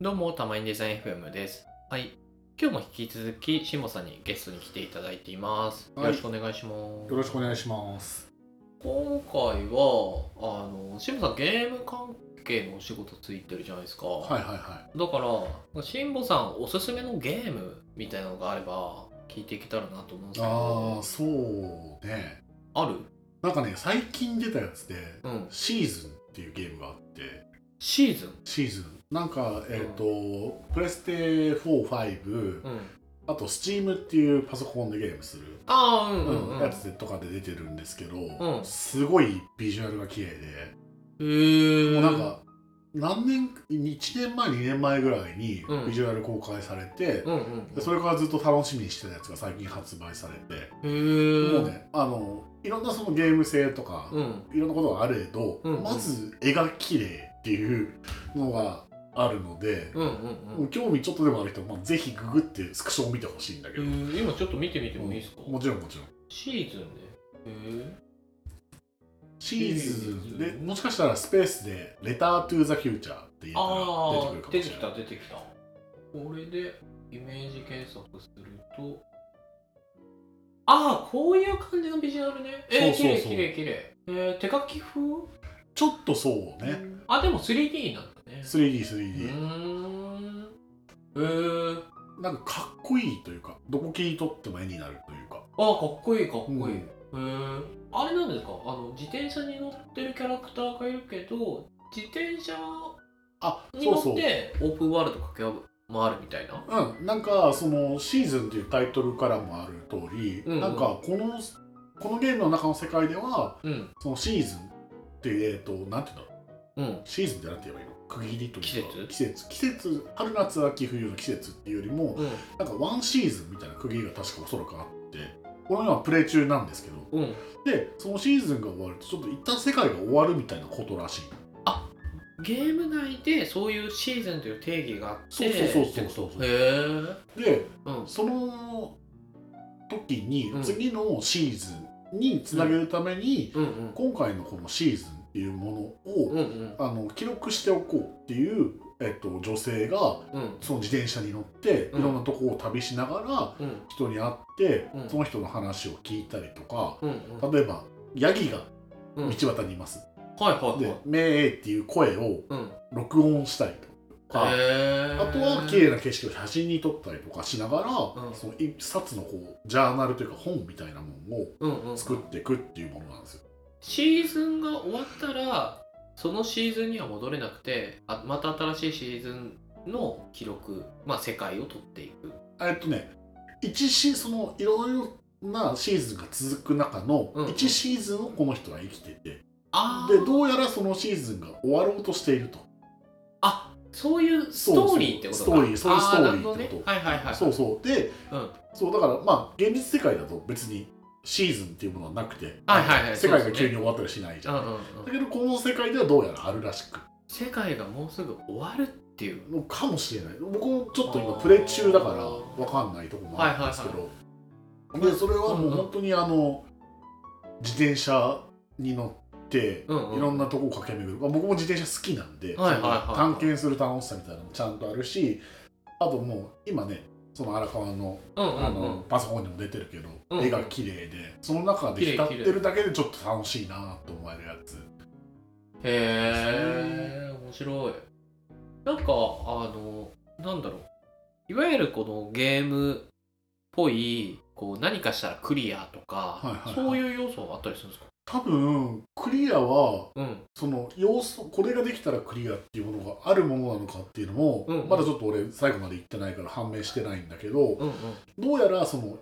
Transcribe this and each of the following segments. どうも、たまにデザイン FM です。はい。今日も引き続き、しもさんにゲストに来ていただいています。よはいろしくお願いします。よろしくお願いします。今回は、あの、しもさんゲーム関係のお仕事ついてるじゃないですか。はいはいはだから、しんぼさんおすすめのゲームみたいなのがあれば、聞いていけたらなと思うんですい。けあどあ、、そうね。あるなんかね、最近出たやつで、うん。シーズンっていうゲームがあって、シーズンシーズン。なんか、えっ、と、プレステ4、5、うん。あと Steam っていうパソコンでゲームする、ああ、うんううんんうん。やつとかで出てるんですけど、うんすごいビジュアルが綺麗へで、ーもうなん、か、何年、1年前、2年前ぐらいにうんビジュアル公開されて、うんうんうん。でそれからずっと楽しみにしてたやつが最近発売されて、へーもうねあのいろんなそのゲーム性とか、うん。いろんなことがあれど、うんうんまず絵が綺麗っていうのがあるので、うんうんうん。興味ちょっとでもある人は、まあ、ぜひググってスクショを見てほしいんだけえど、ー今ちょっと見てみてもいいですか、もちろんもちろんシーズンでえシーズシーズンンでもしかしたらスペースで「レター・トゥ・ザ・フューチャー」って言ったらあ出てくるあ出かもてしきれたない出てきたこれでイメージ検索するとああこういう感じのビジュアルねえー、そ綺うそう麗そう綺麗綺麗えー、手書き風ちょっとそうねあでも 3D なんだねう 3D3D、ーんえー、なんかかっこいいというかどこ切り取っても絵になるというかあーかっこいいかっこいい、うんへーあれなんですかあの自転車に乗ってるキャラクターがいるけど自転車あにそ乗うそうってオープンワールド駆け回るみたいなうん、なんかその「シーズン」っていうタイトルからもある通り、うんうんなんかこのこのゲームの中の世界ではうんそのシーズンっていうえっ、となんていうんだろううんシーズンってなんて言えばいいの区切りというか季節季節季節春夏秋冬の季節っていうよりもうんなんかワンシーズンみたいな区切りが確かおそらくあってこの今プレイ中なんですけどうんでそのシーズンが終わるとちょっと一旦世界が終わるみたいなことらしいゲーム内でそういうシーズンという定義があってそうそうそうそうそうへえでうんその時にうん次のシーズンにつなげるために、うんうん今回のこのシーズンっていうものを、うんうんあの記録しておこうっていう、えっと、女性がうんその自転車に乗って、うんいろんなとこを旅しながらうん人に会って、うんその人の話を聞いたりとかうんうん例えばヤギがう道ん端にいます、はいはいではい「めー」っていう声をうんへ録音したりとか。えあとは綺麗な景色を写真に撮ったりとかしながら、うんその一冊のこうジャーナルというか本みたいなものをうんうん作っていくっていうものなんですよ。シーズンが終わったらそのシーズンには戻れなくてあまた新しいシーズンの記録、まあ、世界を取っていくえっとね一シそのいろいろなシーズンが続く中のうん1シーズンをこの人は生きてて、あでーどうやらそのシーズンが終わろうとしていると、あそういうストーリーってことかそうそうストーリーそういうストーリーあなるほどねってことはいはいはいそうそうで、うんそうだからまあ現実世界だと別にシーズンっていうものはなくて、はいはいはいそ世界うがですね急に終わったりしないじゃうんん、うんうんだけどこの世界ではどうやらあるらしく世界がもうすぐ終わるっていうのかもしれない僕もちょっとあ今ープレイ中だからわかんないとこもあるんですけど、でそれはもう本当にあの自転車に乗ってうんうんいろんなとこを駆け巡る、まあ、僕も自転車好きなんで、はいはいはいその探検する楽しさみたいなのもちゃんとあるしあともう今ねその荒川のうんうんあうのんパソコンにも出てるけど、うんうん絵が綺麗でその中で浸ってるだけでちょっと楽しいなと思えるやつへえ面白いなんかあのなんだろういわゆるこのゲームっぽいこう何かしたらクリアとか、はいはいはいそういう要素があったりするんですか多分クリアはうんその要素これができたらクリアっていうものがあるものなのかっていうのも、うんうんまだちょっと俺最後まで行ってないから判明してないんだけどうんうんどうやらその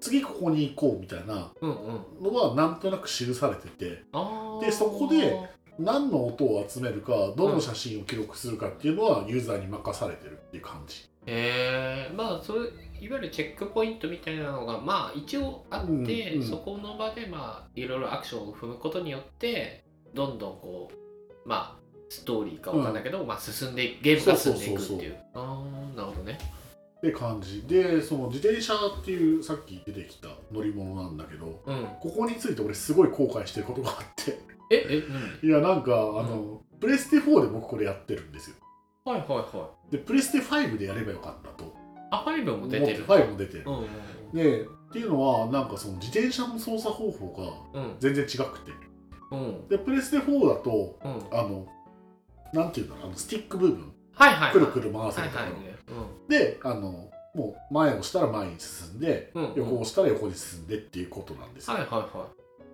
次ここに行こうみたいなうんうんのはなんとなく記されててあーでそこで何の音を集めるかどの写真を記録するかっていうのはユーザーに任されてるっていう感じ、へえまあそれいわゆるチェックポイントみたいなのがまあ一応あって、うんうんそこの場でまあいろいろアクションを踏むことによってどんどんこうまあストーリーかわかんないけど、まあ進んでいゲームが進んでいくってそうそういそうああなるほどねって感じでその自転車っていうさっき出てきた乗り物なんだけどうんここについて俺すごい後悔してることがあってええうんいやなんかあの、プレステ4で僕これやってるんですよはいはいはいでプレステ5でやればよかったとあファイブも出てる思って5も出てるう、んうんでっていうのはなんかその自転車の操作方法がうん全然違くてうんでプレステ4だとうんあのなんていうんだろうあのスティック部分はいはいくるくる回せはいるとこはいろであのもう前を押したら前に進んでうんうんうん横を押したら横に進んでっていうことなんですよはいはいは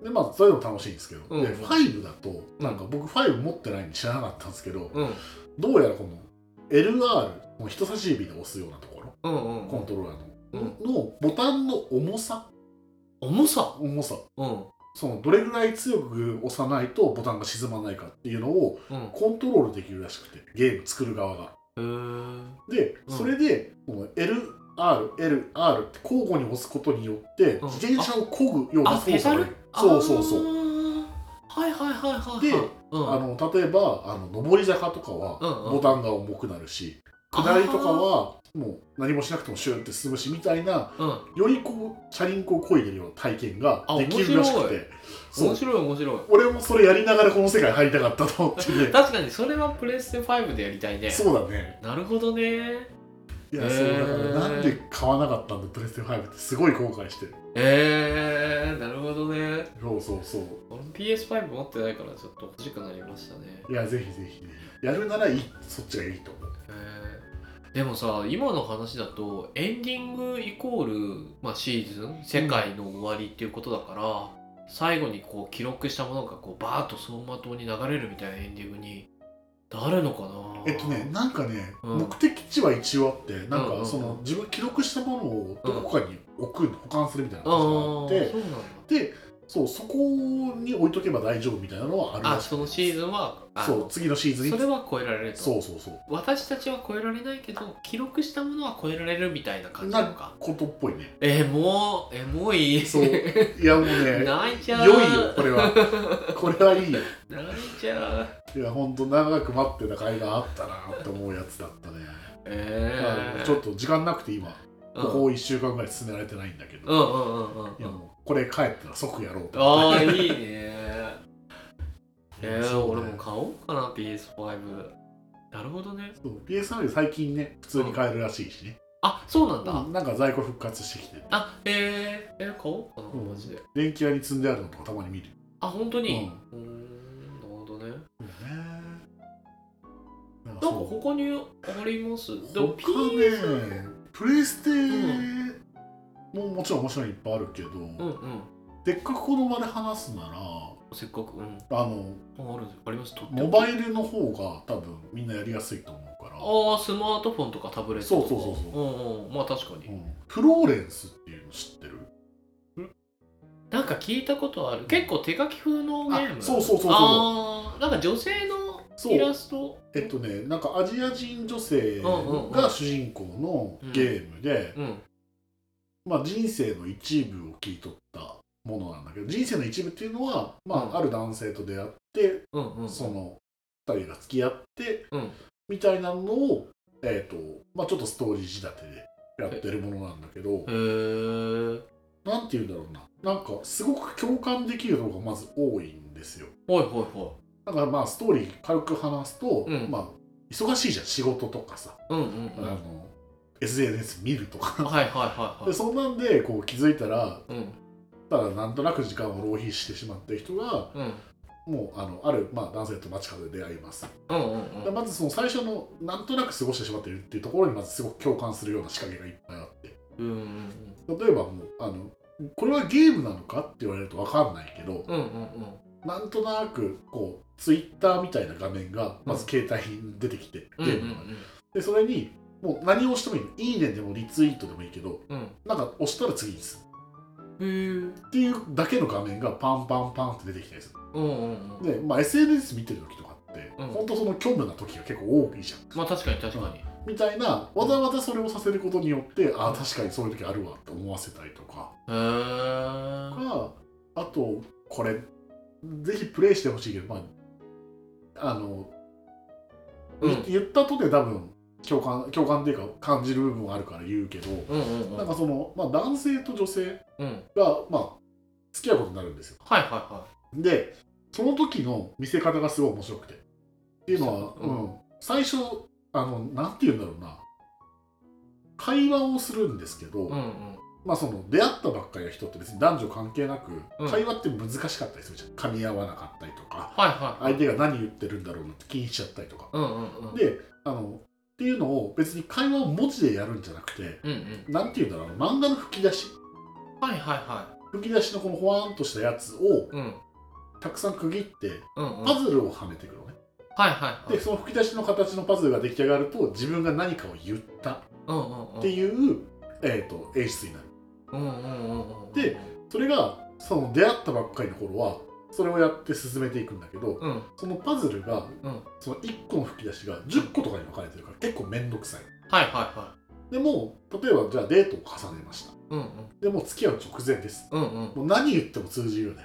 でまあそういうの楽しいんですけど、うんで5だとなんか僕5持ってないんで知らなかったんですけど、いうんどうやらこの LR この人差し指で押すようなところうんうんうコンんトローラーの、うのボタンの重さ重さ重さうんそのどれぐらい強く押さないとボタンが沈まないかっていうのをうんコントロールできるらしくてゲーム作る側がへーでうんそれでこの LRLR って交互に押すことによってうん自転車を漕ぐようなあペダ操作がルできるそうそうそううはいはいはいはいはいでうんあの例えばあの上り坂とかはうんうんボタンが重くなるし、あー下りとかはもう何もしなくてもシューって進むしみたいなうんよりこうチャリンコを漕いでるような体験ができるらしくてそ面う白い面白い俺もそれやりながらこの世界入りたかったと思 ってね確かにそれはプレステ5でやりたいねそうだねなるほどねいや、へーそうだからなんで買わなかったんだプレステ5ってすごい後悔してるえー、なるほどねそうそうそう俺 PS5 持ってないからちょっと欲しくなりましたねいやぜひぜひぜひやるならいいそっちがいいと思うえーでもさ今の話だとエンディングイコール、まあ、シーズン世界の終わりっていうことだから、最後にこう記録したものがこうバーッと走馬灯に流れるみたいなエンディングになるのかなえっとねなんかね、うん目的地は一応あってなんうんうんうかんその自分が記録したものをどこかに置く保管するみたいなあのあがあーってそうなんだでそうそこに置いとけば大丈夫みたいなのはあるあらしいそのシーズンはあそう次のシーズンにそれは超えられるとそうそうそう私たちは超えられないけど記録したものは超えられるみたいな感じなのかことっぽい ねえー、もうエモいそういやもうね泣いちゃう良いよこれはこれはいいよ泣いちゃういやほんと長く待ってた甲斐があったなって思うやつだったね、えまー、あちょっと時間なくて今ここ1週間ぐらい進められてないんだけど、うんうんうんうんうんいやもうこれ帰ったら即やろうってああいい ねえー、そうね俺も買おうかな PS5 なるほどねそう PSR 最近ね普通に買えるらしいしね、あそうなんだ、なんか在庫復活してきてあえー、えー、買おうかなうんマジで、電気屋に積んであるのとかたまに見るあ本当にうーんなるほどねそうねなんかなそんかう他にありますでも他 PS ねプレステうんももちろん面白いのいっぱいあるけど、うんうんせっかくこの場で話すなせっかくうんらあのああるんですありますとってモバイルの方が多分みんなやりやすいと思うから、ああスマートフォンとかタブレットとかそうそうそうそうんうんまあ確かに、うんフローレンスっていうの知ってるなんか聞いたことある結構手書き風のゲームあそうそうそうそうあーなんか女性のそイラうストえっとねなんかアジア人女性うんうんうんが主人公のゲームで、うんまあ、人生の一部を切り取ったものなんだけど人生の一部っていうのは、まうんあ、ある男性と出会って、うんうんその2人が付き合って、うんみたいなのを、えっとまあ、ちょっとストーリー仕立てでやってるものなんだけど、へえなんて言うんだろうななんかすごく共感できるのがまず多いんですよほいほいほだからまあストーリー軽く話すと、うんまあ忙しいじゃん仕事とかさ、いうんうんうんあはいの SNS 見るとかはいはいはでいそんなんでこう気づいたらうんただなんとなく時間を浪費してしまった人がうんもうあのある、まあ、男性と街角で出会います、うんうんうでんまずその最初のなんとなく過ごしてしまっているっていうところにまずすごく共感するような仕掛けがいっぱいあってうんうん例えばもうあのこれはゲームなのかって言われると分かんないけど、うんうんうんなんとなくこうツイッターみたいな画面がまず携帯に出てきて、うんうんうゲんームの中ででそれにもう何をしてもいいのいいねでもリツイートでもいいけどうんうんなんか押したら次にすうんへえるっていうだけの画面がパンパンパンって出てきたりすうんうんうんるで、まあ、SNS 見てる時とかって、うん本当その虚無な時が結構多いじゃんまあ確かに確かにみたいなわざわざそれをさせることによってああ確かにそういう時あるわって思わせたりとかへえかあとこれぜひプレイしてほしいけど、まあ、あのうん言ったとで多分共感共感っていうか感じる部分はあるから言うけど、うんうんうんなんかその、まあ、男性と女性うんが、まあ、付き合うことになるんですよはいはいはでその時の見せ方がすごい面白くてっていうのは、ううんん最初あのなんて言うんだろうな会話をするんですけど、うんうんまあその出会ったばっかりの人って別に男女関係なく、うん会話って難しかったりするじゃん噛み合わなかったりとかはいはい相手が何言ってるんだろうなって気にしちゃったりとか、うんうんうんであのっていうのを別に会話を文字でやるんじゃなくてうんうんなんて言うんだろうあの漫画の吹き出しはいはいは吹き出しのこのほわーんとしたやつをいうんたくさん区切ってうんうんはパいズルをはめていくのね、はいはいでその吹き出しの形のパズルが出来上がると自分が何かを言ったうんうんうんっていう、えー、と演出になるうんうんうんうんでそれがその出会ったばっかりの頃はそれをやって進めていくんだけどうんはいそのパズルが、うんその1個の吹き出しが10個とかに分かれてるから結構面倒くさいはいはでも例えばじゃあデートを重ねましたいうんうんでもう付き合う直前ですうんうんもう何言っても通じるよね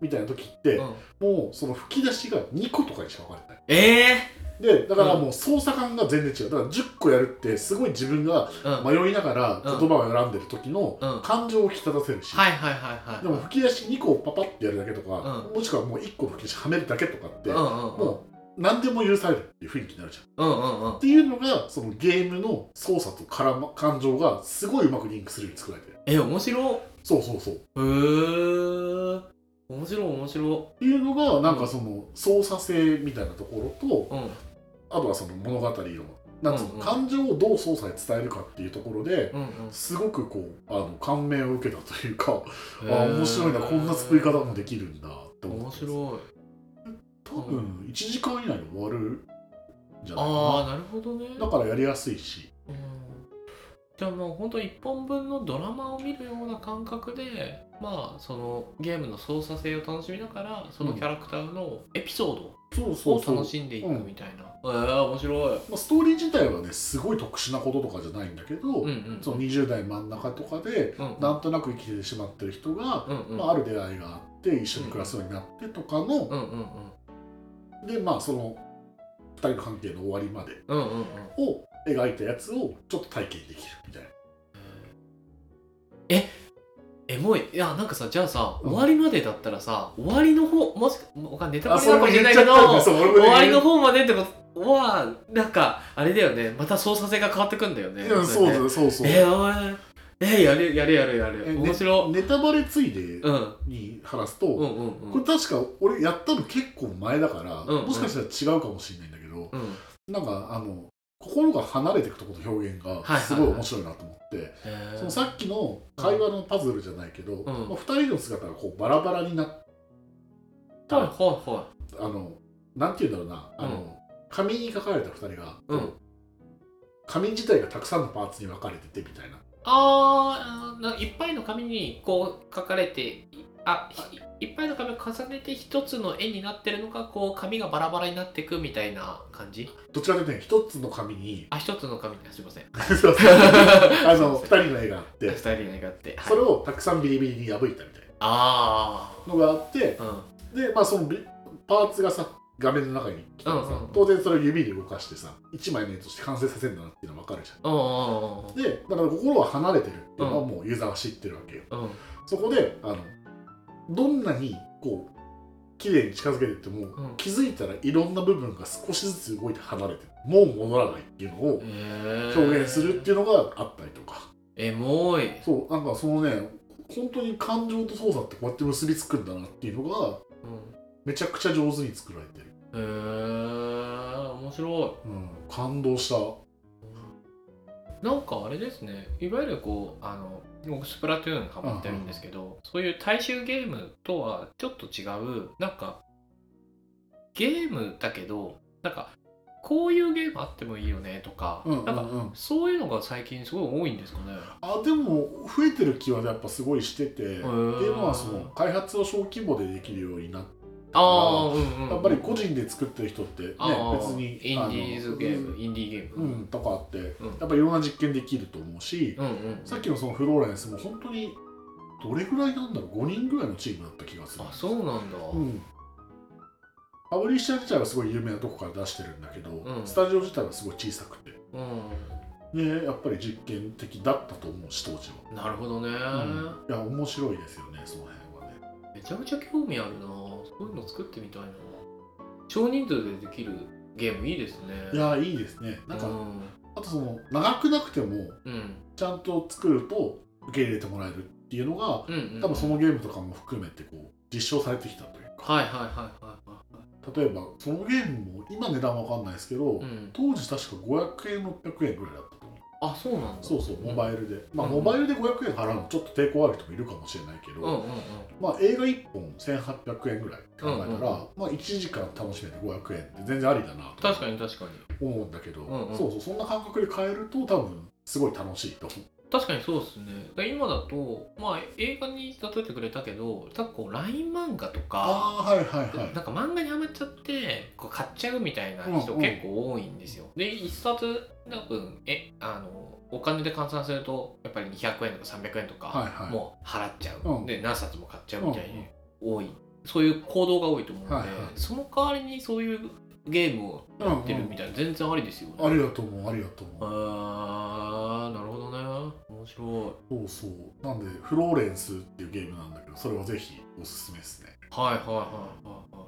みたいな時って、うんもうその吹き出しが2個とかにしか分かれてないええでだからもう操作感が全然違うだから10個やるってすごい自分がうんはい迷いながらうん言葉を選んでる時のうん感情を引き立たせるし、はいはいはいでも吹き出し2個をパパってやるだけとか、うもしくはもう1個の吹き出しはめるだけとかって、うんうんうんもう何でも許されるっていう雰囲気になるじゃん。っうんうんうんていうのがそのゲームの操作と絡、ま、感情がすごいうまくリンクするように作られてる。え面白そうそうそう。っへえ面白い面白ていうのがなんかその操作性みたいなところというんあとはその物語のなんつうのうんうん感情をどう操作で伝えるかっていうところで。うんすごくこうあの感銘を受けたというか、うんあ面白いなこんな作り方もできるんだって思面ってます白い多分1時間以内に終わるんじゃないあかあなるほどねなだからやりやすいしうんじゃあもう本当一本分のドラマを見るような感覚でまあそのゲームの操作性を楽しみながらそのキャラクターのエピソそうードそうそをう、楽しんでいくみたいなえー面白いまあ、ストーリー自体はねすごい特殊なこととかじゃないんだけど、うんうんその20代真ん中とかでうんうんなんとなく生きてしまってる人が、うんうんまあ、ある出会いがあって一緒に暮らすようになってとかの、うんうんでまあその2人の関係の終わりまでうんうんうんうんを描いたやつをちょっと体験できるみたいな。エモいいやなんかさじゃあさ、うん終わりまでだったらさ終わりの方もしわかんないネタバあレそかれももしれ言っないちゃけったどんだそう俺も終ねわりの方までってことはなんかあれだよねまた操作性が変わってくんだよねいやそうれねそうそうそう、えー、おいえー、やれやれやれやれえ面白ネタバレついでうんうんに話すと、うんうんこれ確か俺やったの結構前だから、うんうんもしかしたら違うかもしれないんだけどうんなんかあの心が離れていくとこの表現がはいすごい面白いなと思って、えーそのさっきの会話のパズルじゃないけど、んまあ、2人の姿がこうバラバラになった、はいはいはあのなんて言うんだろうなあの、うん紙に書かれた2人が、うん紙自体がたくさんのパーツに分かれててみたいないあーあーないっぱいの紙にこう書かれてあいいっぱいの紙を重ねて一つの絵になってるのがこう紙がバラバラになっていくみたいな感じどちらかというと1つの紙 に あ一つの紙ですいませんそうそうあの2人の絵があって二人の絵があって、それをたくさんビリビリに破いたみたいあなのがあってあうんでまあそのビパーツがさ画面の中に来たらさ、うんうん当然それを指で動かしてさ1枚の絵として完成させるんだなっていうのは分かるじゃんうんうんでだから心は離れてるっていうのはもうユーザーは知ってるわけようんそこであのどんなにこう綺麗に近づけてっても、うん気づいたらいろんな部分が少しずつ動いて離れてるもう戻らないっていうのをうん表現するっていういうのがあったりとか、エモいそうなんかそのね本当に感情と操作ってこうやって結びつくんだなっていうのがうんめちゃくちゃ上手に作られてる、へえ面白うん、感動したいなんかあれですねいわゆるこうあの僕スプラトゥーンハマってるんですけど、そういう大衆ゲームとはちょっと違うなんかゲームだけどなんかこういうゲームあってもいいよねとか、うんうんうなんかんそういうのが最近すごい多いんですかね。あでも増えてる気はやっぱすごいしてて、でっていうのはその開発を小規模でできるようになってああ、うんうん、やっぱり個人で作ってる人ってねあー別にインディーズゲーあムインディーゲーのうムんうんとかあってやうんっぱいろんな実験できると思うし、うんうんさっきのそのフローレンスも本当にどれぐらいなんだろう5人ぐらいのチームだった気がするあそうなんだ、うん、パブリッシャー自体はすごい有名なとこから出してるんだけど、うんスタジオ自体はすごい小さくてうねやっぱり実験的だったと思うし当時ん、なるほどね、は、うんいや面白いですよねその辺はねめちゃめちゃ興味あるなそういうの作ってみたいな少人数でできるゲームいいですねいやいいですねなんか、うんあとその長くなくてもうんちゃんと作ると受け入れてもらえるっていうのがうんうん多分そのゲームとかも含めてこう実証されてきたというかはいはいはいはいはい例えばそのゲームも今値段わかんないですけど、うん当時確か500円600円ぐらいだったと思うあそうなんだそうそうモバイルで、まあうんモバイルで500円払うのちょっと抵抗ある人もいるかもしれないけうど、んうんうんまあ映画1本1800円ぐらいって考えたら、うんうんまあ1時間楽しめて500円って全然ありだな確とかに確かに思うんだけど、うんうんそうそうそんな感覚で買えると多分すごい楽しいと思確かにそうですねで今だとまあ映画に例えてくれたけど多分こう LINE 漫画とかああーはいはいはいなんか漫画にハマっちゃってこう買っちゃうみたいな人うんうん結構多いんですよ、で一冊多分えあのお金で換算するとやっぱり200円とか300円とか、はいはいもう払っちゃう、うんで何冊も買っちゃうみたいうんうにん多い、そういう行動が多いと思うので、はいはいその代わりにそういうゲームをうんうんやってるみたいな全然ありですよね、ありがとうもありがとうもあーなるほどね面白いそうそうなんでフローレンスっていうゲームなんだけどそれはぜひおすすめですねはいはいはいはいは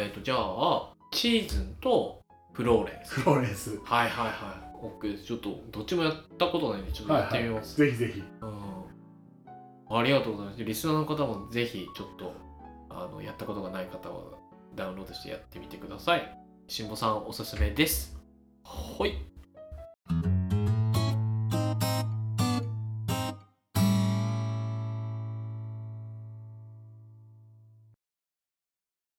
いえっ、とじゃあチーズンとフローレンスフローレンスはいはいはいオッケーですちょっとどっちもやったことないんでちょっとはいやっはていみます、ぜひぜひうん、ありがとうございますリスナーの方もぜひちょっとあのやったことがない方はダウンロードしてやってみてくださいしんぼさんおすすめですはい